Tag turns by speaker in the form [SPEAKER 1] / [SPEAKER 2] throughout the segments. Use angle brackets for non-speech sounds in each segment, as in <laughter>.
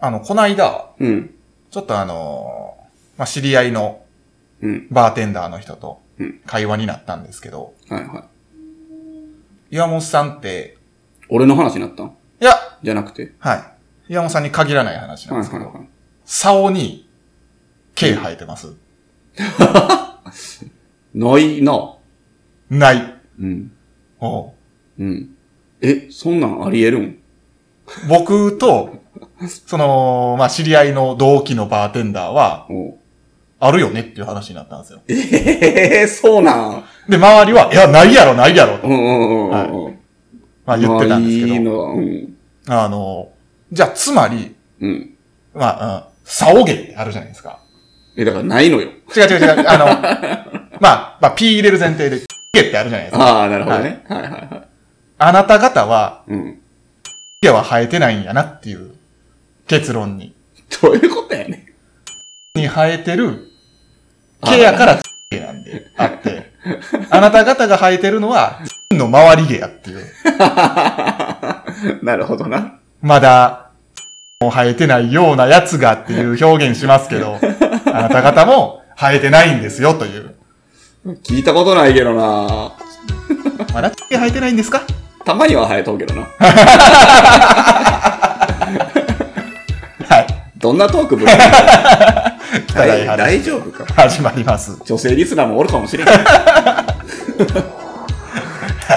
[SPEAKER 1] あの、こないだ、
[SPEAKER 2] うん。
[SPEAKER 1] ちょっとあのーまあ、知り合いの
[SPEAKER 2] うん。
[SPEAKER 1] バーテンダーの人と
[SPEAKER 2] うん
[SPEAKER 1] 会話になったんですけど、
[SPEAKER 2] はいはい。
[SPEAKER 1] 岩本さんって、
[SPEAKER 2] 俺の話になったん
[SPEAKER 1] いや、
[SPEAKER 2] じゃなくて。
[SPEAKER 1] はい。岩本さんに限らない話なん
[SPEAKER 2] はい
[SPEAKER 1] です
[SPEAKER 2] は
[SPEAKER 1] け
[SPEAKER 2] い
[SPEAKER 1] ど、
[SPEAKER 2] はい。
[SPEAKER 1] 竿に毛生えてます、
[SPEAKER 2] ないな。
[SPEAKER 1] ない。
[SPEAKER 2] うん。
[SPEAKER 1] おう
[SPEAKER 2] うん。え、そんなんありえるん
[SPEAKER 1] 僕と、その、まあ、知り合いの同期のバーテンダーは、
[SPEAKER 2] おう
[SPEAKER 1] あるよねっていう話になったんですよ。
[SPEAKER 2] ええそうなん。
[SPEAKER 1] で、周りは、いや、ないやろ、ないやろ
[SPEAKER 2] う
[SPEAKER 1] と、
[SPEAKER 2] んうんうんうんうん。
[SPEAKER 1] まあ、言ってたんですけ
[SPEAKER 2] ない
[SPEAKER 1] ど、
[SPEAKER 2] のはうん。
[SPEAKER 1] あの、じゃあ、つまり、
[SPEAKER 2] うん。
[SPEAKER 1] まあ、うん、竿毛ってあるじゃないですか。
[SPEAKER 2] え、だからないのよ。
[SPEAKER 1] 違う違う違う、あの、
[SPEAKER 2] <laughs>
[SPEAKER 1] まあ、まあ、P 入れる前提で、毛ってあるじゃないですか。
[SPEAKER 2] ああ、なるほどね。はいはいは
[SPEAKER 1] あなた方は、
[SPEAKER 2] い。うん。
[SPEAKER 1] 毛は生えてないんやなっていう結論に。
[SPEAKER 2] どういうことやね
[SPEAKER 1] に生えてる毛やから、毛なんで、あって、あなた方が生えてるのは、の周り毛やっていう。
[SPEAKER 2] ん。 <laughs> なるほどな。
[SPEAKER 1] まだ、もう生えてないようなやつがっていう表現しますけど、あなた方も生えてないんですよという。
[SPEAKER 2] 聞いたことないけどな。
[SPEAKER 1] まだ生えてないんですか
[SPEAKER 2] たまには生えとうけどな。
[SPEAKER 1] はい。
[SPEAKER 2] どんなトークぶり
[SPEAKER 1] 汚い話
[SPEAKER 2] 大丈夫か
[SPEAKER 1] 始まります。
[SPEAKER 2] 女性リスナーもおるかもしれん。は
[SPEAKER 1] はい。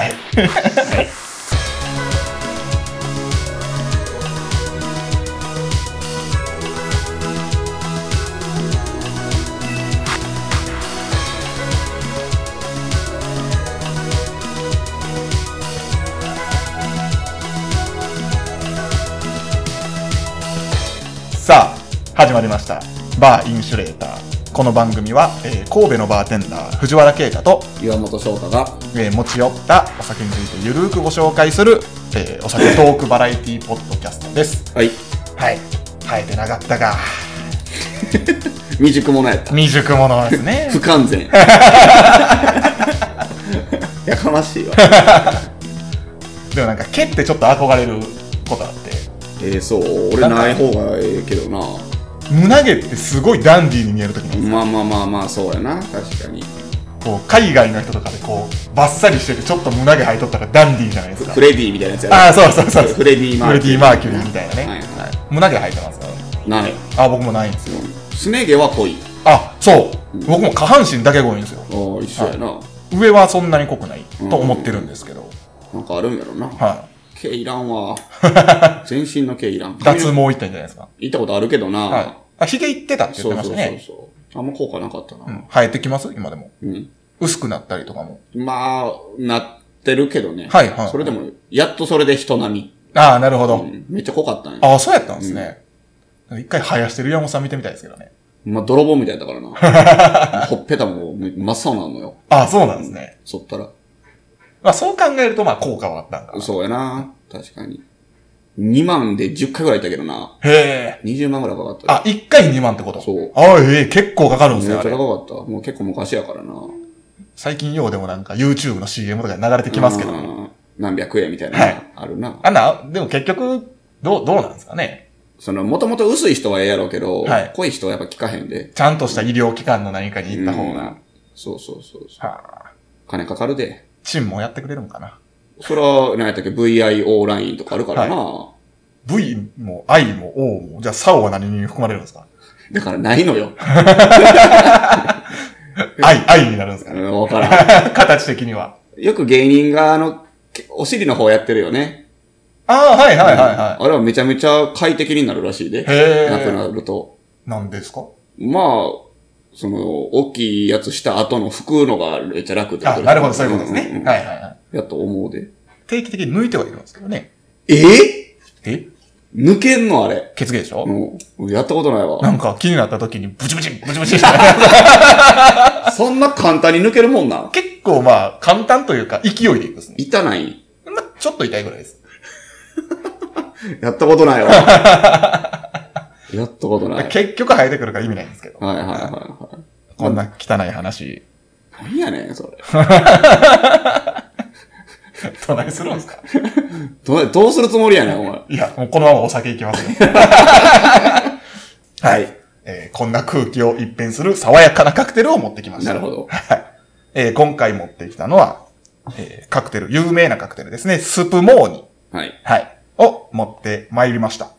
[SPEAKER 1] さあ始まりましたバーインシュレーターこの番組は、えー神戸のバーテンダー藤原啓太と
[SPEAKER 2] 岩本翔太が、
[SPEAKER 1] えー持ち寄ったお酒についてゆるーくご紹介する、えーお酒トークバラエティポッドキャストです。
[SPEAKER 2] はい。
[SPEAKER 1] はい。生えてなかったが、
[SPEAKER 2] 未熟者やった。
[SPEAKER 1] 未熟者です
[SPEAKER 2] <laughs>
[SPEAKER 1] ね
[SPEAKER 2] 不。
[SPEAKER 1] <laughs>
[SPEAKER 2] 完全。やかましいわ。
[SPEAKER 1] でもなんか、毛ってちょっと憧れることあって、
[SPEAKER 2] <laughs> えー、そう。俺ない方がええけどな。
[SPEAKER 1] 胸毛ってすごいダンディーに見えるときに、
[SPEAKER 2] まあまあまあまあ、そうやな。確かに。
[SPEAKER 1] こう、海外の人とかでこう、バッサリしててちょっと胸毛生えとったらダンディーじゃないですか
[SPEAKER 2] フ。レディみたいなやつや
[SPEAKER 1] あ
[SPEAKER 2] な
[SPEAKER 1] あ、そうそうそう。
[SPEAKER 2] フレディマーキュリ
[SPEAKER 1] フレディ
[SPEAKER 2] ー
[SPEAKER 1] マーキュリーみたいなね。
[SPEAKER 2] はいは
[SPEAKER 1] 胸毛生えてますね。
[SPEAKER 2] い。ない。
[SPEAKER 1] ああ、僕もないんですよ。
[SPEAKER 2] うんすね毛は濃い。
[SPEAKER 1] あ、そう。僕も下半身だけが多いんですよ。
[SPEAKER 2] ああ、一緒やな。
[SPEAKER 1] 上はそんなに濃くないと思ってるんですけど。
[SPEAKER 2] なんかあるんやろな。
[SPEAKER 1] はい。
[SPEAKER 2] 毛いら
[SPEAKER 1] <laughs>
[SPEAKER 2] んわ。全身の毛いらん。
[SPEAKER 1] 脱毛行ったんじゃないですか。
[SPEAKER 2] 行ったことあるけどな。
[SPEAKER 1] はい。あ、髭いってたって言っ
[SPEAKER 2] そ
[SPEAKER 1] て
[SPEAKER 2] う
[SPEAKER 1] まし
[SPEAKER 2] そ
[SPEAKER 1] た
[SPEAKER 2] うそう
[SPEAKER 1] ね。
[SPEAKER 2] そう。あんま効果なかったな。
[SPEAKER 1] うん生えてきます今でも。
[SPEAKER 2] うん。
[SPEAKER 1] 薄くなったりとかも。
[SPEAKER 2] まあ、なってるけどね。
[SPEAKER 1] はいはい
[SPEAKER 2] それでも、やっとそれで人並
[SPEAKER 1] ああ、なるほ
[SPEAKER 2] み。
[SPEAKER 1] ど。
[SPEAKER 2] うんめっちゃ濃かったね。
[SPEAKER 1] ああ、そうやったんですね。一回生やしてる山本さん見てみたいですけどね。
[SPEAKER 2] まあ、泥棒みたいだからな。 <laughs> ほっぺたも真っ青なのよ。
[SPEAKER 1] ああ、そうなんですね。
[SPEAKER 2] そったら。
[SPEAKER 1] まあそう考えると、まあ効果はあったんかな。
[SPEAKER 2] そうやな。確かに。2万で10回ぐらい行ったけどな。
[SPEAKER 1] へえ。
[SPEAKER 2] 20万ぐらいかかったよ。
[SPEAKER 1] あ、一回2万ってこと
[SPEAKER 2] そう
[SPEAKER 1] ああ、ええ、結構かかるんで
[SPEAKER 2] めっ
[SPEAKER 1] す
[SPEAKER 2] ち
[SPEAKER 1] ね、あ
[SPEAKER 2] ゃ
[SPEAKER 1] れ。
[SPEAKER 2] 高かった。もう結構昔やからな。
[SPEAKER 1] 最近ようでもなんか YouTube の CM とかで流れてきますけど。
[SPEAKER 2] うん。何百円みたいな。
[SPEAKER 1] はい
[SPEAKER 2] あるな。
[SPEAKER 1] あんな、でも結局、どう、どうなんですかね。
[SPEAKER 2] その、もともと薄い人はええやろうけど、
[SPEAKER 1] はい
[SPEAKER 2] 濃い人はやっぱ聞かへんで。
[SPEAKER 1] ちゃんとした医療機関の何かに行った方
[SPEAKER 2] う
[SPEAKER 1] が。
[SPEAKER 2] んそうそうそうそう。
[SPEAKER 1] はあ、
[SPEAKER 2] 金かかるで。
[SPEAKER 1] チンもやってくれるんかな。
[SPEAKER 2] それは、何やったっけ、VIO ラインとかあるからな。
[SPEAKER 1] V も I も O も、じゃあ、サオは何に含まれるんですか
[SPEAKER 2] だからないのよ。
[SPEAKER 1] ?I、I になるんですか <laughs>
[SPEAKER 2] うんわから
[SPEAKER 1] 形的には。
[SPEAKER 2] ん。よく芸人が、あの、けお尻の方やってるよね。
[SPEAKER 1] ああ、はいはいはい
[SPEAKER 2] あ
[SPEAKER 1] は
[SPEAKER 2] れはめちゃめちゃ快適になるらしいで。
[SPEAKER 1] へー
[SPEAKER 2] なくなると。
[SPEAKER 1] い。なんですか
[SPEAKER 2] まあ、その、大きいやつした後の拭くのがめっちゃ楽って
[SPEAKER 1] あなるほど、そういうことです
[SPEAKER 2] んん
[SPEAKER 1] ね
[SPEAKER 2] う。ん
[SPEAKER 1] はいはいはい。
[SPEAKER 2] やと思うで。
[SPEAKER 1] 定期的に抜いてはいるんですけどね。
[SPEAKER 2] え
[SPEAKER 1] え
[SPEAKER 2] 抜けんのあれ。
[SPEAKER 1] 血芸でしょ、
[SPEAKER 2] うん。やったことないわ。
[SPEAKER 1] なんか気になった時にブチブチ、ブチブチ <laughs> して。
[SPEAKER 2] そんな簡単に抜けるもんなん
[SPEAKER 1] 結構まあ、簡単というか、勢いでいくんですね。
[SPEAKER 2] 痛ない
[SPEAKER 1] まあ、ちょっと痛いぐらいです。
[SPEAKER 2] やったことないわ。
[SPEAKER 1] <laughs>
[SPEAKER 2] やったことない。はい
[SPEAKER 1] 結局生えてくるから意味ないんですけど。
[SPEAKER 2] はいはいは
[SPEAKER 1] こんな汚い話。
[SPEAKER 2] い。何やねん、それ。
[SPEAKER 1] どないするんですか
[SPEAKER 2] どうどうするつもりやねん、お前。
[SPEAKER 1] <laughs> いや、もうこのままお酒いきます <laughs> よ。はい。えーこんな空気を一変する爽やかなカクテルを持ってきました。
[SPEAKER 2] なるほど。
[SPEAKER 1] はい。えー今回持ってきたのは、えーカクテル、有名なカクテルですね。スプモーニ。
[SPEAKER 2] はい。
[SPEAKER 1] はい。を持ってまいりました。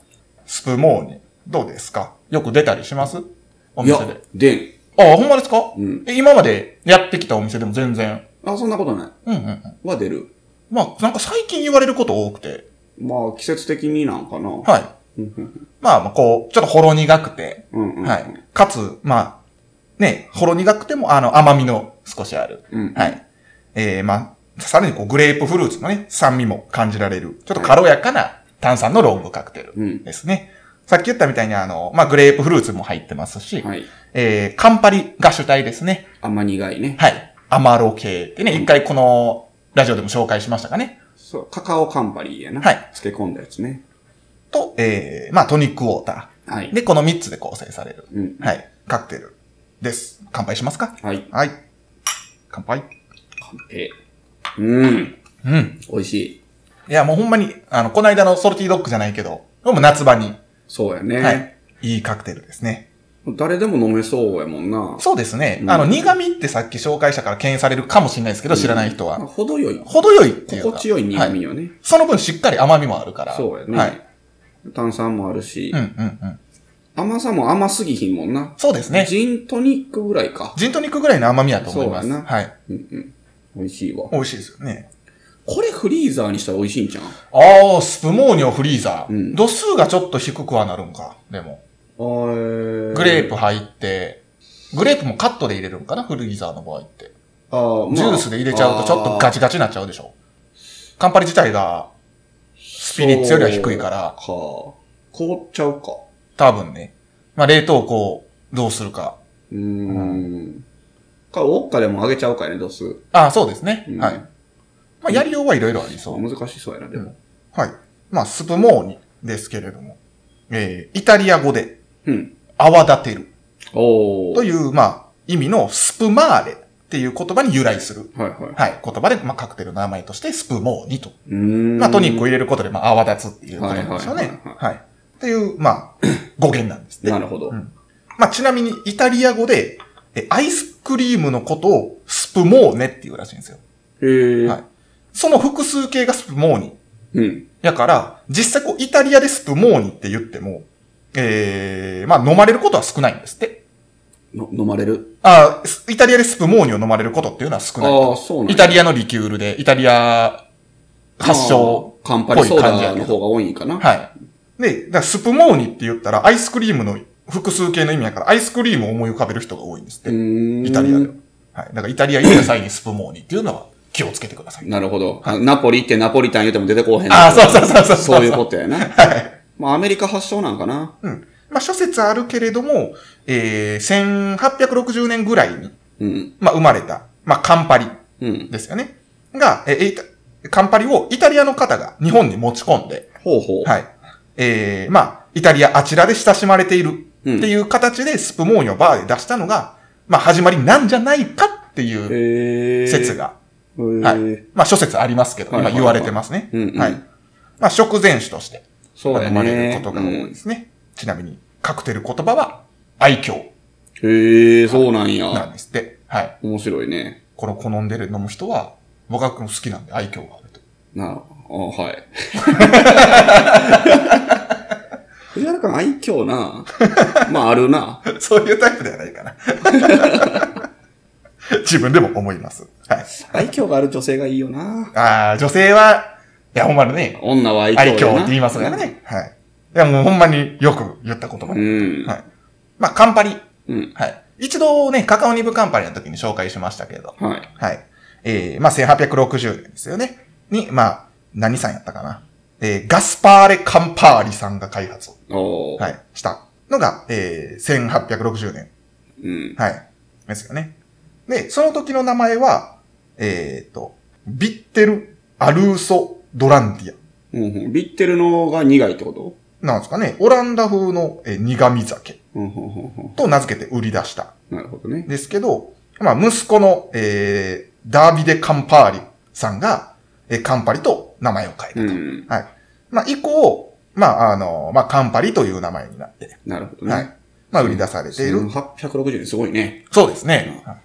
[SPEAKER 1] スプモーニ。どうですかよく出たりしますお
[SPEAKER 2] いや
[SPEAKER 1] 店で。、
[SPEAKER 2] でん。
[SPEAKER 1] ああ、ほんまですか、
[SPEAKER 2] うん
[SPEAKER 1] え今までやってきたお店でも全然。
[SPEAKER 2] あ、そんなことない。
[SPEAKER 1] うんうんうん。
[SPEAKER 2] は出る。
[SPEAKER 1] まあ、なんか最近言われること多くて。
[SPEAKER 2] まあ、季節的になんかな。
[SPEAKER 1] はい。
[SPEAKER 2] うん
[SPEAKER 1] まあまあ、こう、ちょっとほろ苦くて。
[SPEAKER 2] うんうん。
[SPEAKER 1] はい。かつ、まあ、ね、ほろ苦くても、あの、甘みの少しある。
[SPEAKER 2] うん。
[SPEAKER 1] はい。えー、まあ、さらにこう、グレープフルーツのね、酸味も感じられる。ちょっと軽やかな炭酸のロングカクテル
[SPEAKER 2] うん。
[SPEAKER 1] ですね。さっき言ったみたいに、あの、まあ、グレープフルーツも入ってますし、
[SPEAKER 2] はい。
[SPEAKER 1] えー、カンパリが主体ですね。
[SPEAKER 2] あんま苦いね。
[SPEAKER 1] はい。アマロ系ってね、一回この、ラジオでも紹介しましたかね。
[SPEAKER 2] そう、カカオカンパリーやな。
[SPEAKER 1] はい。
[SPEAKER 2] 漬け込んだやつね。
[SPEAKER 1] と、えー、まあ、トニックウォータ
[SPEAKER 2] は
[SPEAKER 1] ー。
[SPEAKER 2] い。
[SPEAKER 1] で、この3つで構成される。
[SPEAKER 2] うん。
[SPEAKER 1] はい。カクテルです。乾杯しますか
[SPEAKER 2] はい。
[SPEAKER 1] はい。乾杯。
[SPEAKER 2] 完璧。うん。
[SPEAKER 1] うん。
[SPEAKER 2] 美味しい。
[SPEAKER 1] いや、もうほんまに、あの、この間のソルティドッグじゃないけど、これも夏場に、
[SPEAKER 2] そうやね。
[SPEAKER 1] はい。いいカクテルですね。
[SPEAKER 2] 誰でも飲めそうやもんな。
[SPEAKER 1] そうですね。
[SPEAKER 2] うん
[SPEAKER 1] あの、苦味ってさっき紹介したから敬遠されるかもしれないですけど、知らない人
[SPEAKER 2] まあ
[SPEAKER 1] は。
[SPEAKER 2] 程よい。
[SPEAKER 1] 程よいっていうか。
[SPEAKER 2] 心地よい苦
[SPEAKER 1] は
[SPEAKER 2] 味よね。
[SPEAKER 1] その分しっかり甘みもあるから。
[SPEAKER 2] そうやね。
[SPEAKER 1] はい。
[SPEAKER 2] 炭酸もあるし、
[SPEAKER 1] うんうんうん。
[SPEAKER 2] 甘さも甘すぎひんもんな。
[SPEAKER 1] そうですね。
[SPEAKER 2] ジントニックぐらいか。
[SPEAKER 1] ジントニックぐらいの甘みやと思います。
[SPEAKER 2] そうやな
[SPEAKER 1] はい。
[SPEAKER 2] うんうん。美味しいわ。
[SPEAKER 1] 美味しいですよね。
[SPEAKER 2] これフリーザーにしたら美味しいんじゃんあ
[SPEAKER 1] ああ、スプモーニョフリーザー。
[SPEAKER 2] うん
[SPEAKER 1] 度数がちょっと低くはなるんか。でも。
[SPEAKER 2] ー
[SPEAKER 1] グレープ入って、グレープもカットで入れるんかなフリーザーの場合って。
[SPEAKER 2] あー、まあ
[SPEAKER 1] ジュースで入れちゃうとちょっとガチガチになっちゃうでしょカンパリ自体が
[SPEAKER 2] ス
[SPEAKER 1] ピリッツよりは低いから
[SPEAKER 2] か。凍っちゃうか。
[SPEAKER 1] 多分ね、まあ冷凍庫をどうするか。
[SPEAKER 2] うーん。か、ウォッカでも上げちゃうかね、度数。
[SPEAKER 1] ああ、そうですね。
[SPEAKER 2] うん
[SPEAKER 1] はい。まあやりようはいろいろありそう。
[SPEAKER 2] 難しそうやな、でも。
[SPEAKER 1] はい。まあスプモーニですけれども、えー、イタリア語で
[SPEAKER 2] うん。
[SPEAKER 1] 泡立てる
[SPEAKER 2] おー。
[SPEAKER 1] という、まあ意味のスプマーレっていう言葉に由来する。
[SPEAKER 2] はいはい。
[SPEAKER 1] はい。言葉で、まあ、カクテルの名前として、スプモーニと
[SPEAKER 2] うーん。
[SPEAKER 1] まあ、トニックを入れることで、まあ、泡立つっていうことなんですよ
[SPEAKER 2] はい
[SPEAKER 1] ね
[SPEAKER 2] はいは。
[SPEAKER 1] はい。っていう、
[SPEAKER 2] <clears throat>
[SPEAKER 1] まあ、語源なんです
[SPEAKER 2] な
[SPEAKER 1] ね。
[SPEAKER 2] るほど。
[SPEAKER 1] うんまあ、ちなみに、イタリア語で、えアイスクリームのことを、スプモーネっていうらしいんですよ。
[SPEAKER 2] へえ。
[SPEAKER 1] はいその複数形がスプモーニ。
[SPEAKER 2] うん。
[SPEAKER 1] やから、実際こう、イタリアでスプモーニって言っても、ええまあ、飲まれることは少ないんですって。
[SPEAKER 2] の飲まれる。
[SPEAKER 1] ああ、すイタリアでスプモーニを飲まれることっていうのは少ない
[SPEAKER 2] ああ、
[SPEAKER 1] と。
[SPEAKER 2] そうなん
[SPEAKER 1] イタリアのリキュールで、イタリア発祥
[SPEAKER 2] あーカンパリソーダの方が多いんかな。
[SPEAKER 1] はい。で、だからスプモーニって言ったら、アイスクリームの複数形の意味やから、アイスクリームを思い浮かべる人が多いんですっ
[SPEAKER 2] う
[SPEAKER 1] て。
[SPEAKER 2] ーん。
[SPEAKER 1] イタリアでは。はい。だからイタリア行った際にスプモーニっていうのは気をつけてください。
[SPEAKER 2] なるほど。あナポリってナポリタン言うても出てこうへん。
[SPEAKER 1] ああ、そうそうそうそう
[SPEAKER 2] そういうことやな。
[SPEAKER 1] はい。
[SPEAKER 2] まあ、アメリカ発祥なんかな。
[SPEAKER 1] うん。まあ、諸説あるけれども、えー、1860年ぐらいに、
[SPEAKER 2] うん。
[SPEAKER 1] まあ、生まれた、まあ、カンパリ
[SPEAKER 2] うん。
[SPEAKER 1] ですよね。が、えーイタカンパリをイタリアの方が日本に持ち込んで、
[SPEAKER 2] ほうほう。
[SPEAKER 1] はい。えー、まあ、イタリア、あちらで親しまれているって
[SPEAKER 2] うん
[SPEAKER 1] いう形で、スプモーニをバーで出したのが、まあ、始まりなんじゃないかっていう
[SPEAKER 2] へえ。
[SPEAKER 1] 説。が、
[SPEAKER 2] へえ。
[SPEAKER 1] はいまあ、諸説ありますけど、
[SPEAKER 2] はい
[SPEAKER 1] 今言われてますね。
[SPEAKER 2] うんうん
[SPEAKER 1] はい。まあ、食前酒として
[SPEAKER 2] そうやね。
[SPEAKER 1] 飲まれることが多いですね。ちなみに、カクテル言葉は、愛嬌
[SPEAKER 2] うんへえ、そうなん
[SPEAKER 1] なん
[SPEAKER 2] や。
[SPEAKER 1] ですって。はい。
[SPEAKER 2] 面白いね。
[SPEAKER 1] この好んでる飲む人は、若くも好きなんで愛嬌があると。
[SPEAKER 2] なあ、あ
[SPEAKER 1] <laughs>
[SPEAKER 2] はい。藤原君愛嬌な。まあ、あるな。
[SPEAKER 1] <laughs> そういうタイプではないかな。 <laughs> 自分でも思います。はい。
[SPEAKER 2] 愛嬌がある女性がいいよな。
[SPEAKER 1] ああ、女性は、いや、ほんまにね、
[SPEAKER 2] 女は愛嬌
[SPEAKER 1] 愛
[SPEAKER 2] や
[SPEAKER 1] 嬌
[SPEAKER 2] な
[SPEAKER 1] って言いますから。ね。はい。いや、もうほんまによく言った言葉。
[SPEAKER 2] うん。
[SPEAKER 1] はい。まあ、カンパリ。
[SPEAKER 2] うん。
[SPEAKER 1] はい。一度ね、カカオニブカンパニーの時に紹介しましたけど、
[SPEAKER 2] はい。
[SPEAKER 1] はい。えー、まあ、1860年ですよね。に、まあ、何さんやったかな。えー、ガスパーレ・カンパーリさんが開発を、
[SPEAKER 2] おー。
[SPEAKER 1] はい、したのが、えー、1860年。
[SPEAKER 2] うん。
[SPEAKER 1] はい。ですよね。で、その時の名前は、えーと、ビッテル・アルーソ・ドランディア。
[SPEAKER 2] うんうん。ビッテルのが苦いってこと
[SPEAKER 1] なんですかね、オランダ風のえー苦味酒
[SPEAKER 2] うん、ほんほんほん。
[SPEAKER 1] と名付けて売り出した
[SPEAKER 2] なるほどね
[SPEAKER 1] ん。ですけど、まあ、息子の、えー、ダービデ・カンパーリさんが、ええーカンパリと名前を変えたと。
[SPEAKER 2] うん。
[SPEAKER 1] はい。まあ、以降、まあ、あの、まあ、カンパリという名前になって、
[SPEAKER 2] なるほどね。
[SPEAKER 1] はい。まあ、売り出されている。
[SPEAKER 2] 1860年すごいね。
[SPEAKER 1] そうですね。はい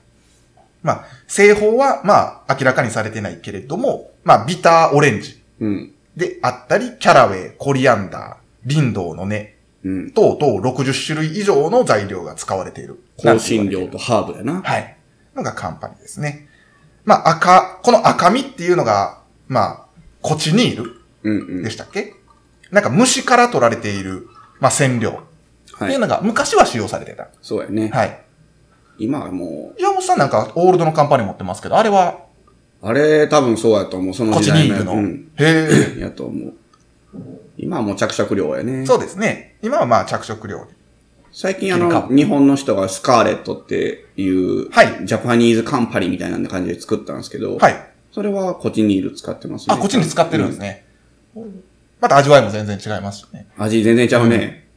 [SPEAKER 1] まあ、製法は、まあ、明らかにされてないけれども、まあ、ビターオレンジ
[SPEAKER 2] うん。
[SPEAKER 1] であったり、キャラウェイ、コリアンダー、リンドウの根、
[SPEAKER 2] うん。
[SPEAKER 1] 等々60種類以上の材料が使われている。
[SPEAKER 2] 香辛料とハーブやな。
[SPEAKER 1] はい。のがカンパニーですね。まあ、赤、この赤身っていうのが、まあ、コチニール
[SPEAKER 2] うんうん
[SPEAKER 1] で。したっけ、なんか虫から取られている、まあ、染料って
[SPEAKER 2] は
[SPEAKER 1] いう
[SPEAKER 2] い。
[SPEAKER 1] のが昔は使用されてた。
[SPEAKER 2] そうやね。
[SPEAKER 1] はい。
[SPEAKER 2] 今はも
[SPEAKER 1] 山本さんなんかオールドのカンパニー持ってますけど、あれは
[SPEAKER 2] う、あれ多分そうやと思う。その
[SPEAKER 1] コ
[SPEAKER 2] 時
[SPEAKER 1] チ
[SPEAKER 2] 代
[SPEAKER 1] ニ
[SPEAKER 2] の
[SPEAKER 1] ール
[SPEAKER 2] やつ。
[SPEAKER 1] の。
[SPEAKER 2] うん。
[SPEAKER 1] へ
[SPEAKER 2] やと思う。今はもう着色料やね
[SPEAKER 1] え。。 <coughs> そうですね。今はまあ着色料
[SPEAKER 2] 最近あ
[SPEAKER 1] 切り
[SPEAKER 2] の、
[SPEAKER 1] 株
[SPEAKER 2] 日本の人がスカーレットっていう、
[SPEAKER 1] はい
[SPEAKER 2] ジャパニーズカンパリみたいな感じで作ったんですけど、
[SPEAKER 1] はい。
[SPEAKER 2] それはコチニール使ってますね。
[SPEAKER 1] あ、こっちに使ってるんですね。また味わいも全然違いますしね。
[SPEAKER 2] うん。味全然ちゃうね。
[SPEAKER 1] うん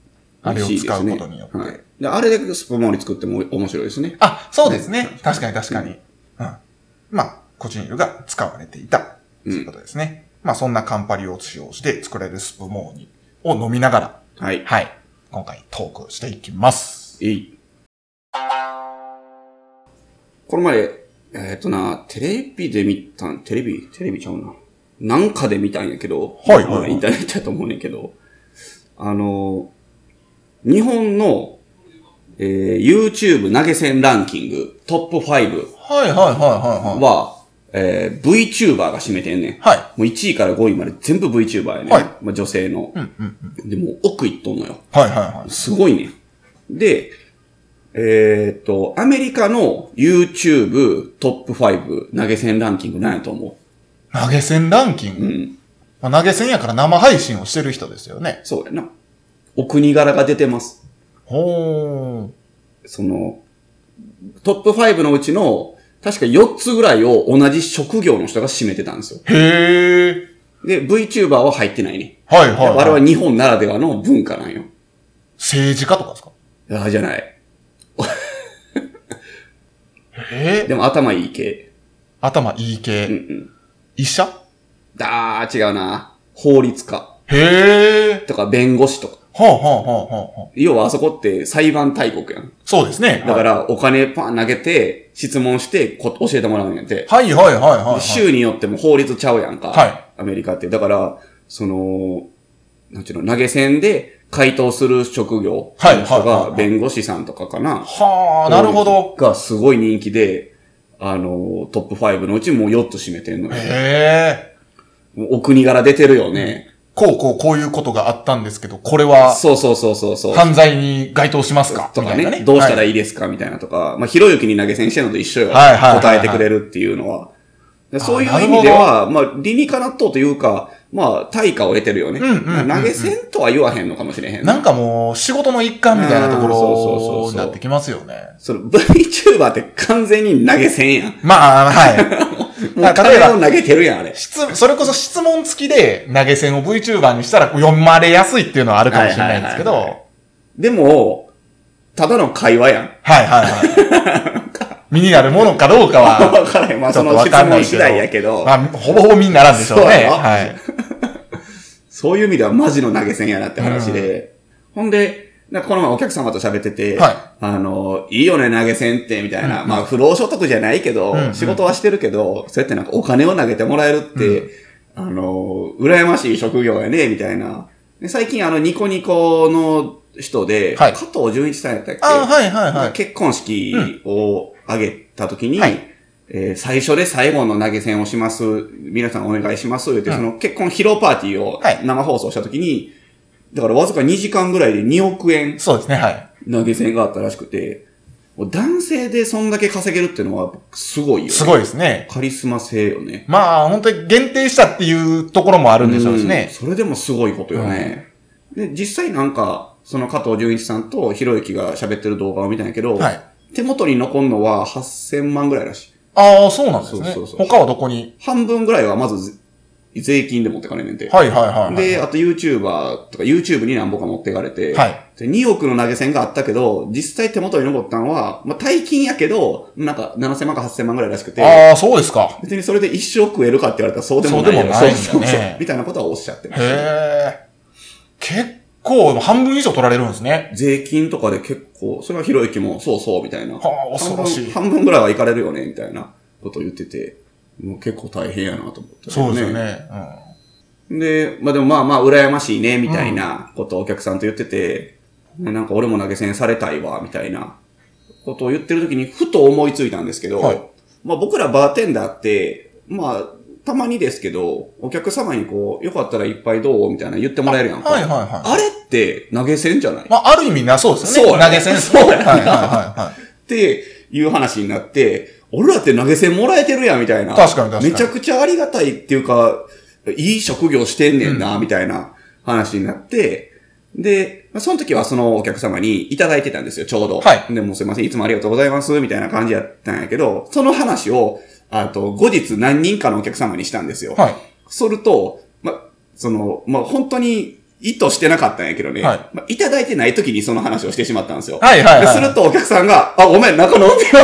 [SPEAKER 2] 美味しいですね
[SPEAKER 1] あれを使うことによって
[SPEAKER 2] はい。で、あれでスプモーリ作っても面白いですね。
[SPEAKER 1] あ、そうですね。確かに確かに。うん。まあ、コチニールが使われていた。ということですね。まあ、そんなカンパリを使用して作れるスプモーニを飲みながら、
[SPEAKER 2] はい。
[SPEAKER 1] はい。今回トークしていきます。
[SPEAKER 2] えい。この前、えっ、とな、テレビで見たん、テレビ、テレビちゃうな。なんかで見たんやけど、
[SPEAKER 1] はいはいはい
[SPEAKER 2] まあインターネットやと思うんやけど、あの、日本の、えー YouTube 投げ銭ランキングトップ5
[SPEAKER 1] はいはいはいはいはい。
[SPEAKER 2] は、えー VTuber が占めてんねん。
[SPEAKER 1] はい。
[SPEAKER 2] もう1位から5位まで全部 VTuber やねん。
[SPEAKER 1] はい
[SPEAKER 2] まあ、女性の。
[SPEAKER 1] うんうんうん。
[SPEAKER 2] で、もう奥行っとんのよ。
[SPEAKER 1] はいはいはい。
[SPEAKER 2] すごいね。で、えーっと、アメリカの YouTube トップ5投げ銭ランキングなんやと思
[SPEAKER 1] 投げ銭ランキン
[SPEAKER 2] う。う
[SPEAKER 1] グ。
[SPEAKER 2] ん。
[SPEAKER 1] まあ、投げ銭やから生配信をしてる人ですよね。
[SPEAKER 2] そうやな。お国柄が出てます。
[SPEAKER 1] ほー。
[SPEAKER 2] その、トップ5のうちの、確か4つぐらいを同じ職業の人が占めてたんですよ。
[SPEAKER 1] へー。
[SPEAKER 2] で、VTuber は入ってないね。
[SPEAKER 1] はいはい、
[SPEAKER 2] あ
[SPEAKER 1] は。
[SPEAKER 2] れはい日本ならではの文化なんよ。
[SPEAKER 1] 政治家とかですか
[SPEAKER 2] ああ、じゃない。
[SPEAKER 1] えー、
[SPEAKER 2] でも頭いい系。
[SPEAKER 1] 頭いい系。
[SPEAKER 2] うんうん。
[SPEAKER 1] 医者
[SPEAKER 2] だー、違うな。法律家
[SPEAKER 1] へー。
[SPEAKER 2] とか弁護士とか。
[SPEAKER 1] はあ、はあはあはあはあ、
[SPEAKER 2] 要はあそこって裁判大国やん。
[SPEAKER 1] そうですね。
[SPEAKER 2] だから、お金パン投げて、質問してこ、教えてもらうんやって。
[SPEAKER 1] はいはいはいはい、はい。
[SPEAKER 2] 州によっても法律ちゃうやんか。
[SPEAKER 1] はい
[SPEAKER 2] アメリカって。だから、その、なんちゅうの、投げ銭で回答する職業
[SPEAKER 1] はい
[SPEAKER 2] の人
[SPEAKER 1] はいはい
[SPEAKER 2] が、
[SPEAKER 1] はい
[SPEAKER 2] 弁護士さんとかかな。
[SPEAKER 1] はあ、なるほど。。
[SPEAKER 2] がすごい人気で、あの、トップ5のうちもう4つ占めてんのよ。
[SPEAKER 1] へー。
[SPEAKER 2] もうお国柄出てるよね。
[SPEAKER 1] こうこうこういうことがあったんですけど、これは
[SPEAKER 2] そうそうそうそうそう。
[SPEAKER 1] 犯罪に該当しますか
[SPEAKER 2] とか
[SPEAKER 1] みたい
[SPEAKER 2] ね
[SPEAKER 1] なね。
[SPEAKER 2] どうしたら
[SPEAKER 1] いい、
[SPEAKER 2] いいですかみたいなとか、まあ、ひろゆきに投げ銭してるのと一緒よ。
[SPEAKER 1] はいはいはいはい
[SPEAKER 2] 答えてくれるっていうのは。でそういう
[SPEAKER 1] あなる
[SPEAKER 2] 意
[SPEAKER 1] ほど
[SPEAKER 2] 味では、まあ、理にかなっとうというか、まあ、対価を得てるよね。
[SPEAKER 1] うんうんうんうん
[SPEAKER 2] まあ投げ銭とは言わへんのかもしれへん。
[SPEAKER 1] なんかもう仕事の一環みたいなとこ
[SPEAKER 2] うんそうそうそうそ
[SPEAKER 1] ろ
[SPEAKER 2] う
[SPEAKER 1] になってきますよね。
[SPEAKER 2] その VTuber って完全に投げ銭やん。
[SPEAKER 1] <laughs> まあ、はい。
[SPEAKER 2] もう
[SPEAKER 1] あ例えば
[SPEAKER 2] 金を投げてるやん、あれ。
[SPEAKER 1] 質、それこそ質問付きで投げ銭を VTuber にしたら読まれやすいっていうのはあるかもしれないんですけど。
[SPEAKER 2] は
[SPEAKER 1] はいい
[SPEAKER 2] はいでも、ただの会話やん。
[SPEAKER 1] はいはい。身になるものかどうかは、
[SPEAKER 2] <laughs> わからへん。まあ、
[SPEAKER 1] ちょ
[SPEAKER 2] そ
[SPEAKER 1] っと
[SPEAKER 2] の
[SPEAKER 1] わ
[SPEAKER 2] 質
[SPEAKER 1] かんない
[SPEAKER 2] 問
[SPEAKER 1] けど
[SPEAKER 2] 次第やけど、
[SPEAKER 1] まあ、ほぼほぼ身にならんでしょうね。
[SPEAKER 2] そうやろ
[SPEAKER 1] はい。
[SPEAKER 2] そういう意味ではマジの投げ銭やなって話で。ほんで、なんかこの前お客様と喋ってて、
[SPEAKER 1] はい
[SPEAKER 2] あの、いいよね、投げ銭って、みたいな。
[SPEAKER 1] うんうん
[SPEAKER 2] まあ、不労所得じゃないけど、
[SPEAKER 1] うんうん
[SPEAKER 2] 仕事はしてるけど、そうやってなんかお金を投げてもらえるって、あの、羨ましい職業やね、みたいな。で最近、あの、ニコニコの人で、
[SPEAKER 1] はい
[SPEAKER 2] 加藤純一さんやったっけ
[SPEAKER 1] あはいはいはい。
[SPEAKER 2] 結婚式を挙げたときに、
[SPEAKER 1] はい
[SPEAKER 2] えー最初で最後の投げ銭をします。皆さんお願いします。って、
[SPEAKER 1] うん
[SPEAKER 2] その結婚披露パーティーを
[SPEAKER 1] はい
[SPEAKER 2] 生放送したときに、だからわずか2時間ぐらいで2億円
[SPEAKER 1] そうですね、はい。
[SPEAKER 2] 投げ銭があったらしくて、もう男性でそんだけ稼げるっていうのはすごいよ、ね。
[SPEAKER 1] す
[SPEAKER 2] い。
[SPEAKER 1] ごいですね。
[SPEAKER 2] カリスマ性よね。
[SPEAKER 1] まあ、本当に限定したっていうところもあるんでしょうし
[SPEAKER 2] うん
[SPEAKER 1] ね。
[SPEAKER 2] それでもすごいことよね。で、実際なんか、その加藤純一さんとひろゆきが喋ってる動画を見たんやけど、
[SPEAKER 1] はい。
[SPEAKER 2] 手元に残るのは8000万ぐらいらしい。
[SPEAKER 1] ああ、そうなんですね。
[SPEAKER 2] そうそうそう
[SPEAKER 1] 他はどこに
[SPEAKER 2] 半分ぐらいはまず税金で持ってかれねんて。
[SPEAKER 1] はいはいはい。
[SPEAKER 2] で、あと YouTuber とか YouTube に何本か持ってかれて、
[SPEAKER 1] はい
[SPEAKER 2] で2億の投げ銭があったけど、実際手元に残ったのは、まあ、大金やけど、なんか7000万か8000万ぐらいらしくて、
[SPEAKER 1] ああ、そうですか。
[SPEAKER 2] 別にそれで一生食えるかって言われたらそうでもない
[SPEAKER 1] そうでもないんだね
[SPEAKER 2] そうそうそうみたいなことはおっしゃってました。
[SPEAKER 1] へえ。結構、半分以上取られるんですね。
[SPEAKER 2] 税金とかで結構、それはひろゆきも、そうそう、みたいな。
[SPEAKER 1] はあ、恐ろしい。
[SPEAKER 2] 半分半分ぐらいは行かれるよね、みたいなことを言ってて、もう結構大変やなと思って、
[SPEAKER 1] そうですよ。ね。うん。
[SPEAKER 2] で、まあでもまあまあ、羨ましいね、みたいなことをお客さんと言ってて、ねなんか俺も投げ銭されたいわ、みたいなことを言ってる時に、ふと思いついたんですけど、
[SPEAKER 1] はい
[SPEAKER 2] まあ僕らバーテンダーって、まあ、たまにですけど、お客様にこう、よかったらいっぱいどうみたいな言ってもらえるやんか。
[SPEAKER 1] はいはいはい。
[SPEAKER 2] あれって投げ銭じゃない
[SPEAKER 1] まあ、ある意味な、そうですよね。
[SPEAKER 2] そうや
[SPEAKER 1] 投
[SPEAKER 2] ね
[SPEAKER 1] げ銭。
[SPEAKER 2] そうや
[SPEAKER 1] は
[SPEAKER 2] ない
[SPEAKER 1] はいはいはい。
[SPEAKER 2] っていう話になって、俺らって投げ銭もらえてるやんみたいな。
[SPEAKER 1] 確かに確かに
[SPEAKER 2] めちゃくちゃありがたいっていうか、いい職業してんねんな、みたいな話になって、で、まあその時はそのお客様にいただいてたんですよ、ちょうど。
[SPEAKER 1] はい
[SPEAKER 2] で、もうすいません、いつもありがとうございます、みたいな感じやったんやけど、その話を、あと、後日何人かのお客様にしたんですよ。
[SPEAKER 1] はい。
[SPEAKER 2] すると、ま、その、まあ、本当に意図してなかったんやけどね、
[SPEAKER 1] はい
[SPEAKER 2] まあ、いただいてない時にその話をしてしまったんですよ。
[SPEAKER 1] はいはいはい
[SPEAKER 2] で、するとお客さんが、あ、ごめん、中飲んでよ。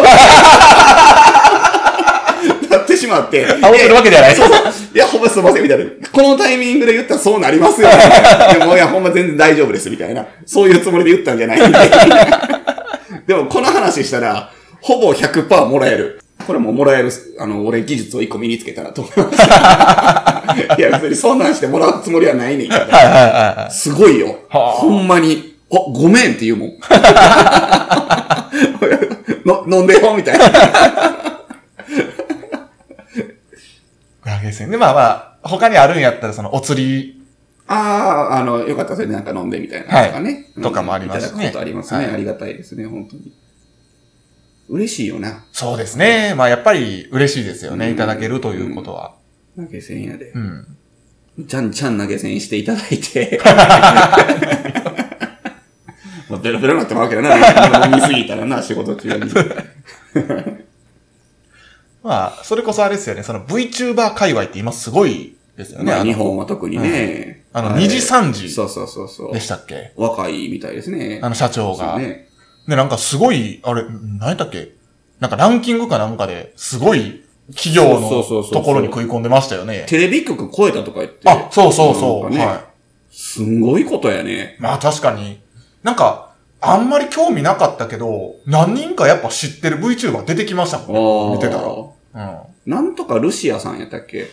[SPEAKER 2] <laughs> なってしまって。
[SPEAKER 1] 煽ってるわけじゃない
[SPEAKER 2] そうそう。 <laughs> いや、ほんますいません、みたいな。このタイミングで言ったらそうなりますよ、み
[SPEAKER 1] <laughs>
[SPEAKER 2] たいな。でも、いや、ほんま全然大丈夫です、みたいな。そういうつもりで言ったんじゃないみたいなでも、 <laughs> この話したら、ほぼ100%もらえる。これももらえる、あの、俺技術を一個身につけたらと思います。
[SPEAKER 1] <laughs>
[SPEAKER 2] いや、別にそんなんしてもらうつもりはないねんけど。
[SPEAKER 1] はいはいはいはい。
[SPEAKER 2] すごいよ。
[SPEAKER 1] はあ
[SPEAKER 2] ほんまに。あ、ごめんって言
[SPEAKER 1] <laughs>
[SPEAKER 2] うもん。 <laughs> の飲んでよ、みたいな。
[SPEAKER 1] 投げ銭。で、まあまあ、他にあるんやったら、その、お釣り、
[SPEAKER 2] ああー、あの、よかったらそれでなんか飲んでみたいな。
[SPEAKER 1] はい
[SPEAKER 2] とかね。
[SPEAKER 1] とかもありますね
[SPEAKER 2] いただくことありますね。
[SPEAKER 1] はい
[SPEAKER 2] ありがたいですね、本当に。嬉しいよな。
[SPEAKER 1] そうですね。まあ、やっぱり嬉しいですよね。
[SPEAKER 2] うん
[SPEAKER 1] いただけるということは。
[SPEAKER 2] 投げ銭やで
[SPEAKER 1] う。ん。
[SPEAKER 2] ちゃんちゃん投げ銭していただい
[SPEAKER 1] <laughs>
[SPEAKER 2] て。まあ、ベロベロになってまうわけどな。飲みすぎたらな、仕事中
[SPEAKER 1] <laughs>
[SPEAKER 2] に。
[SPEAKER 1] まあ、それこそあれですよね。その VTuber 界隈って今すごいですよね。
[SPEAKER 2] まあ、
[SPEAKER 1] あ
[SPEAKER 2] 日
[SPEAKER 1] の、
[SPEAKER 2] 本は特にね。
[SPEAKER 1] あの
[SPEAKER 2] はい
[SPEAKER 1] 二次三次
[SPEAKER 2] そうそうそうそう
[SPEAKER 1] で。したっけ
[SPEAKER 2] 若いみたいですね。
[SPEAKER 1] あの社長
[SPEAKER 2] そ
[SPEAKER 1] が
[SPEAKER 2] う。ね。
[SPEAKER 1] で、なんかすごい、あれ、何やったっけなんかランキングかなんかで、すごい企業の
[SPEAKER 2] そうそうそうそう
[SPEAKER 1] ところに食い込んでましたよね。
[SPEAKER 2] テレビ局超えたとか言って。
[SPEAKER 1] あ、そうそうそう。
[SPEAKER 2] なんかね
[SPEAKER 1] は
[SPEAKER 2] すんごいことやね。
[SPEAKER 1] い。まあ確かに。なんか、あんまり興味なかったけど、何人かやっぱ知ってる VTuber 出てきました
[SPEAKER 2] あ
[SPEAKER 1] もん
[SPEAKER 2] あ。
[SPEAKER 1] ね。見てたら。うん。
[SPEAKER 2] なんとかルシアさんやったっけ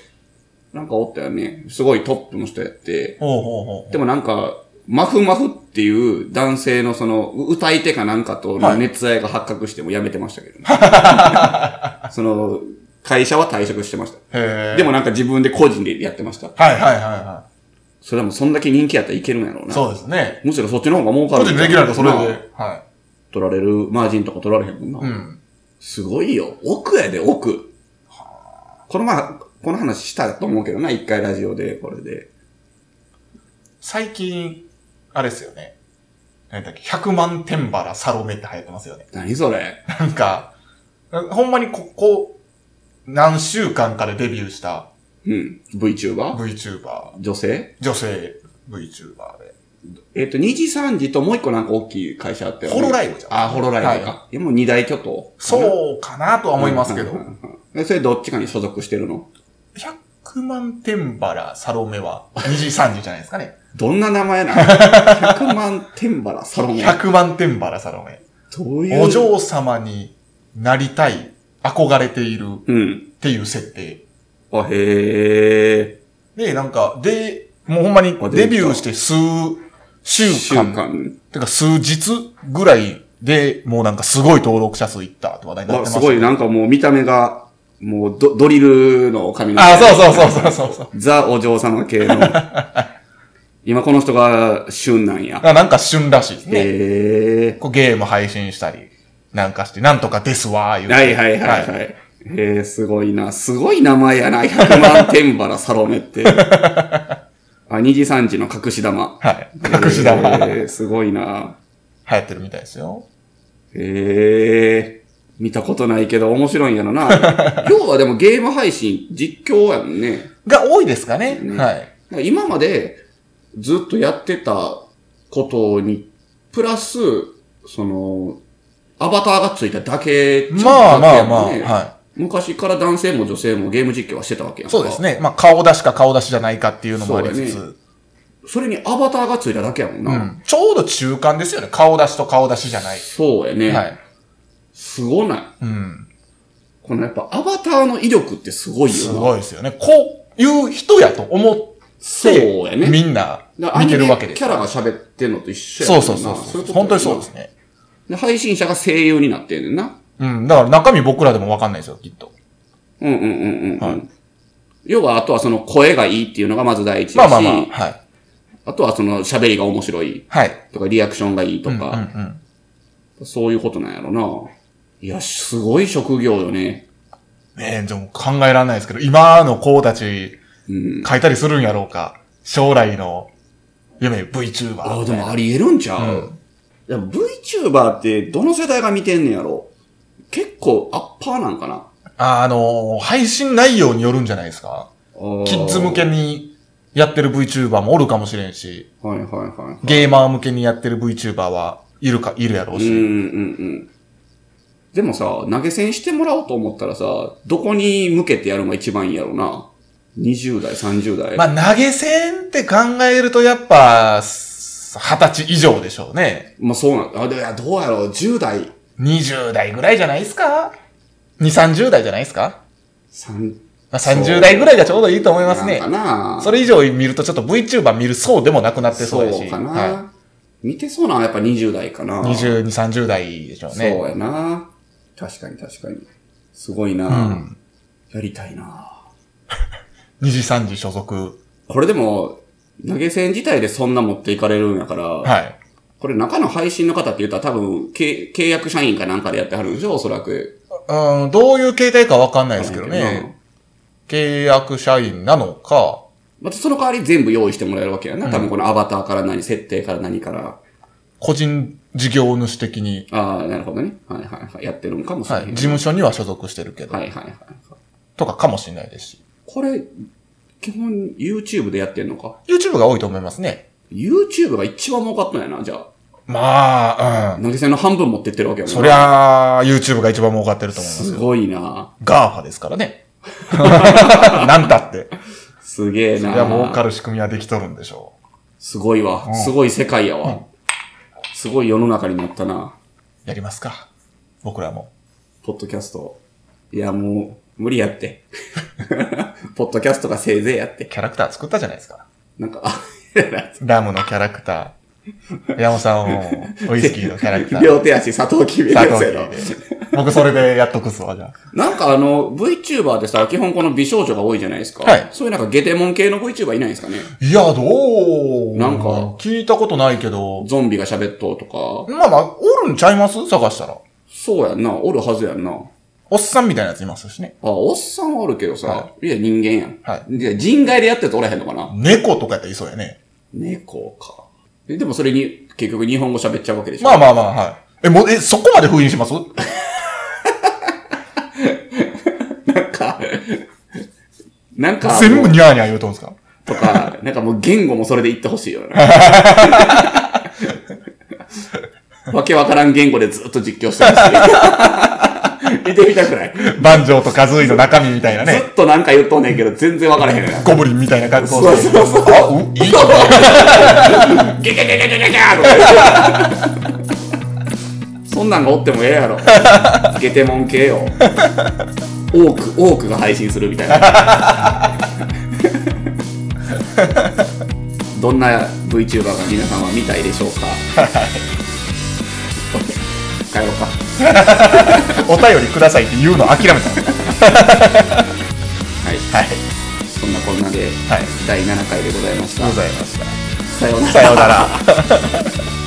[SPEAKER 2] なんかおったよね。すごいトップの人やって。
[SPEAKER 1] ほうほうほう。
[SPEAKER 2] でもなんか、マフマフっていう男性のその、う歌い手かなんかと
[SPEAKER 1] はい
[SPEAKER 2] 熱愛が発覚してもやめてましたけどね。
[SPEAKER 1] <laughs>
[SPEAKER 2] その、会社は退職してました。
[SPEAKER 1] へえ。
[SPEAKER 2] でも、なんか自分で個人でやってました。
[SPEAKER 1] はいはいはいは
[SPEAKER 2] それはもうそんだけ人気やったらいけるんやろう
[SPEAKER 1] い。
[SPEAKER 2] な。
[SPEAKER 1] そうですね。
[SPEAKER 2] むしろそっちの方が儲か
[SPEAKER 1] 個
[SPEAKER 2] る。
[SPEAKER 1] 人できないとそれで。は
[SPEAKER 2] 取られる、マージンとか取られへんもん
[SPEAKER 1] い。う
[SPEAKER 2] な。
[SPEAKER 1] ん。
[SPEAKER 2] すごいよ。奥やで、奥。この前、この話したと思うけどな、一回ラジオで、これで。
[SPEAKER 1] 最近、あれですよね。何だっけ、100万天原サロメって流行ってますよね。 <laughs>
[SPEAKER 2] 何それ
[SPEAKER 1] なんか、ほんまにここ、何週間かでデビューした
[SPEAKER 2] うん。VTuber?
[SPEAKER 1] VTuber、
[SPEAKER 2] 女性
[SPEAKER 1] 女性 VTuber で。
[SPEAKER 2] えっ、と、二次三次ともう一個なんか大きい会社あったよ、ね。
[SPEAKER 1] ホロライブじゃん。
[SPEAKER 2] あ、ホロライブか。いやもう二大巨頭。う。
[SPEAKER 1] そうかなとは思いますけど
[SPEAKER 2] うん。うんうんうん。えそれどっちかに所属してるの
[SPEAKER 1] 100万天原サロメは2時3時じゃないですかね。
[SPEAKER 2] どんな名前なの ?100 万天原サロン。
[SPEAKER 1] 100万天原サロメ。
[SPEAKER 2] どういう。
[SPEAKER 1] お嬢様になりたい、憧れているっ
[SPEAKER 2] うん。
[SPEAKER 1] ていう設定。
[SPEAKER 2] あ、へー。
[SPEAKER 1] で、なんか、で、もうほんまに
[SPEAKER 2] あ
[SPEAKER 1] デ
[SPEAKER 2] デビ
[SPEAKER 1] ビ
[SPEAKER 2] ュー
[SPEAKER 1] ューして数週
[SPEAKER 2] 週
[SPEAKER 1] 間
[SPEAKER 2] 間。
[SPEAKER 1] てか数日ぐらいで、もうなんかすごい登録者数いったって話題になって
[SPEAKER 2] あ、
[SPEAKER 1] ますす。
[SPEAKER 2] ごい、なんかもう見た目が、もうドドリルの髪の毛
[SPEAKER 1] あ、そうそうそうそうそうそう。
[SPEAKER 2] <laughs> ザお嬢様
[SPEAKER 1] <laughs>
[SPEAKER 2] 系の。今この人が旬なんや。
[SPEAKER 1] あなんか旬らしいですね。
[SPEAKER 2] へえ。
[SPEAKER 1] こうゲーム配信したりなんかして、なんとかですわー言うて
[SPEAKER 2] はいはいはいはい。へえ、すごいな。すごい名前やな。100万天原サロメって。
[SPEAKER 1] <laughs>
[SPEAKER 2] あ、二次三次の隠し玉。
[SPEAKER 1] はい。隠し玉。
[SPEAKER 2] へえすごいな。
[SPEAKER 1] 流行ってるみたいですよ。
[SPEAKER 2] へえ。
[SPEAKER 1] <laughs>
[SPEAKER 2] 見たことないけど面白いんやろな。今日はでもゲーム配信実況やもんね。
[SPEAKER 1] が多いですかね。
[SPEAKER 2] ね
[SPEAKER 1] はい。
[SPEAKER 2] なんか今までずっとやってたことに、プラス、その、アバターがついただけちゃんと
[SPEAKER 1] まあま
[SPEAKER 2] や
[SPEAKER 1] あ
[SPEAKER 2] って
[SPEAKER 1] まあ、
[SPEAKER 2] やんね
[SPEAKER 1] は
[SPEAKER 2] 昔から男性も女性もゲーム実況はしてたわけや
[SPEAKER 1] い。
[SPEAKER 2] んか
[SPEAKER 1] そうです。ね。まあ、顔出しか顔出しじゃないかっていうのもありつつ、
[SPEAKER 2] そうそれにアバターがついただけやもん
[SPEAKER 1] う
[SPEAKER 2] な。
[SPEAKER 1] ん。ちょうど中間ですよね。顔出しと顔出しじゃない。
[SPEAKER 2] そうやね。
[SPEAKER 1] はい。
[SPEAKER 2] すごない。
[SPEAKER 1] うん。
[SPEAKER 2] このやっぱアバターの威力ってすごいよな。
[SPEAKER 1] すごいですよね。こういう人やと思っ
[SPEAKER 2] そう
[SPEAKER 1] て、
[SPEAKER 2] やね。
[SPEAKER 1] みんな
[SPEAKER 2] だから
[SPEAKER 1] 見てるわけです
[SPEAKER 2] キャラが喋ってんのと一緒や
[SPEAKER 1] そう
[SPEAKER 2] もん
[SPEAKER 1] そう
[SPEAKER 2] な
[SPEAKER 1] そうそう
[SPEAKER 2] いことや
[SPEAKER 1] 本
[SPEAKER 2] な
[SPEAKER 1] 当にそうですね。
[SPEAKER 2] で配信者が声優になってんねんな。
[SPEAKER 1] うん。だから中身僕らでもわかんないですよ、きっと。
[SPEAKER 2] うんうんうんうんうん。
[SPEAKER 1] は
[SPEAKER 2] 要は、あとはその声がいいっていうのがまず第一だし、
[SPEAKER 1] まあま
[SPEAKER 2] あ
[SPEAKER 1] あまあ、はい。
[SPEAKER 2] とはその喋りが面白い
[SPEAKER 1] はい。
[SPEAKER 2] とか、リアクションがいいと
[SPEAKER 1] うんうんう
[SPEAKER 2] か、
[SPEAKER 1] ん。
[SPEAKER 2] そういうことなんやろな。いや、すごい職業よね。
[SPEAKER 1] ねえ、でも考えられないですけど、今の子たち
[SPEAKER 2] うん。
[SPEAKER 1] 書いたりするんやろうか。将来の夢 VTuber。
[SPEAKER 2] ああ、でもあり得るんちゃう、でも ?VTuber ってどの世代が見てんねやろ結構アッパーなんかな
[SPEAKER 1] ああのー、配信内容によるんじゃないですか。キッズ向けにやってる VTuber もおるかもしれんし、
[SPEAKER 2] はいはいはい。
[SPEAKER 1] ゲーマー向けにやってる VTuber はいるか、いるやろう
[SPEAKER 2] うん
[SPEAKER 1] し。
[SPEAKER 2] うんうん。でもさ、投げ銭してもらおうと思ったらさ、どこに向けてやるのが一番いいんやろな。20代、30代。
[SPEAKER 1] まあ、投げ銭って考えるとやっぱ、す二十歳以上でしょうね。
[SPEAKER 2] まあそうなんあ、でいや、どうやろう ?10 代、
[SPEAKER 1] 20代ぐらいじゃないですか ?2、30代じゃないですか、
[SPEAKER 2] 3、
[SPEAKER 1] まあ、?30 代ぐらいがちょうどいいと思います
[SPEAKER 2] なん
[SPEAKER 1] ね
[SPEAKER 2] か。な
[SPEAKER 1] それ以上見るとちょっと VTuber 見る層でもなくなってそうだし。
[SPEAKER 2] そうかな、
[SPEAKER 1] は
[SPEAKER 2] 見てそうなのはやっぱ20代かな。
[SPEAKER 1] い、22、30代でしょうね。
[SPEAKER 2] そうやな確かに確かに。すごいな、
[SPEAKER 1] うん
[SPEAKER 2] やりたいな
[SPEAKER 1] 2時、3時所属。
[SPEAKER 2] これでも、投げ銭自体でそんな持っていかれるんやから、
[SPEAKER 1] はい。
[SPEAKER 2] これ中の配信の方って言ったら多分、け契約社員かなんかでやってはるんでしょおそらく。
[SPEAKER 1] うん、どういう形態かわかんないですけどね。。契約社員なのか、
[SPEAKER 2] またその代わり全部用意してもらえるわけやな。多分このアバターから何、設定から何から。
[SPEAKER 1] 個人事業主的に、
[SPEAKER 2] ああ、なるほどね。はいはいはい。やってるんかもしれ
[SPEAKER 1] は、
[SPEAKER 2] ないい。
[SPEAKER 1] 事務所には所属してるけど、
[SPEAKER 2] はいはいはい。
[SPEAKER 1] とかかもしれないですし。
[SPEAKER 2] これ、基本 YouTube でやってんのか
[SPEAKER 1] YouTube が多いと思いますね。
[SPEAKER 2] ?YouTube が一番儲かったんやな、じゃあ。
[SPEAKER 1] まあ、うん。
[SPEAKER 2] 投げ銭の半分持ってってるわけやもんな
[SPEAKER 1] そりゃあ、YouTube が一番儲かってると思います
[SPEAKER 2] す
[SPEAKER 1] よ。
[SPEAKER 2] ごいな
[SPEAKER 1] ガーファですから <laughs> ね。なんだって。
[SPEAKER 2] すげえ
[SPEAKER 1] そ
[SPEAKER 2] な
[SPEAKER 1] りゃ儲かる仕組みはできとるんでしょ
[SPEAKER 2] すごいわ。すごい世界やわ。すごい世の中になったな
[SPEAKER 1] う。やりますか。僕らも。
[SPEAKER 2] ポッドキャスト。いや、もう、無理やって。 <laughs> ポッドキャストがせいぜいやって。
[SPEAKER 1] キャラクター作ったじゃないですか。
[SPEAKER 2] なんか、
[SPEAKER 1] <laughs>
[SPEAKER 2] あ、
[SPEAKER 1] ラムのキャラクター。山本さんを、ウイスキーのキャラクター。
[SPEAKER 2] 両手足佐藤君
[SPEAKER 1] 佐
[SPEAKER 2] や
[SPEAKER 1] 藤
[SPEAKER 2] つや
[SPEAKER 1] 家
[SPEAKER 2] ろ
[SPEAKER 1] で。僕それでやっとくっすわ、じゃ
[SPEAKER 2] なんかあの、VTuber でさ、基本この美少女が多いじゃないですか。
[SPEAKER 1] はい
[SPEAKER 2] そういうなんかゲテモン系の VTuber いないんですかね
[SPEAKER 1] あ。いや、どう
[SPEAKER 2] なんか
[SPEAKER 1] 聞いたことないけど。
[SPEAKER 2] ゾンビが喋っとうとか。
[SPEAKER 1] まあまあ、おるんちゃいます探したら。
[SPEAKER 2] そうやんな。おるはずやんな。あ、
[SPEAKER 1] おっさんみたいなやついますしね。
[SPEAKER 2] おっさんはおるけどさ。、
[SPEAKER 1] はい
[SPEAKER 2] や、人間やん。。
[SPEAKER 1] はい
[SPEAKER 2] や、人外でやってるとおらへんのかな
[SPEAKER 1] 猫とかやったらいそうやね。
[SPEAKER 2] 猫か。えでもそれに、結局日本語喋っちゃうわけでしょ
[SPEAKER 1] まあまあまあ、はい。え、もう、え、そこまで封印します
[SPEAKER 2] なんか、なんか、
[SPEAKER 1] 全部ニャーニャー言うとんすか
[SPEAKER 2] とか、なんかもう言語もそれで言ってほしいよな。わけわからん言語でずっと実況してほしい。見てみたくない、
[SPEAKER 1] 万丈とカズイの中身みたいなね
[SPEAKER 2] ず。っとなんか言っとんねんけど、全然わからへんよな。
[SPEAKER 1] ゴブリンみたいな格好
[SPEAKER 2] そう
[SPEAKER 1] して。
[SPEAKER 2] そうそう。
[SPEAKER 1] あ、ういいか
[SPEAKER 2] ギャギャギャギャギャギャギャーとかそんなんがおってもええやろ。ゲテモン系よ。多く、多くが配信するみたいな。どんな VTuber が皆さんは見たいでしょうか。帰ろうか。
[SPEAKER 1] お便りくださいって言うの諦めた。
[SPEAKER 2] はい。
[SPEAKER 1] はい。
[SPEAKER 2] そんなこんなで、
[SPEAKER 1] はい。
[SPEAKER 2] 第7回でございました
[SPEAKER 1] ご。ざいました。
[SPEAKER 2] さようなら
[SPEAKER 1] さようなら。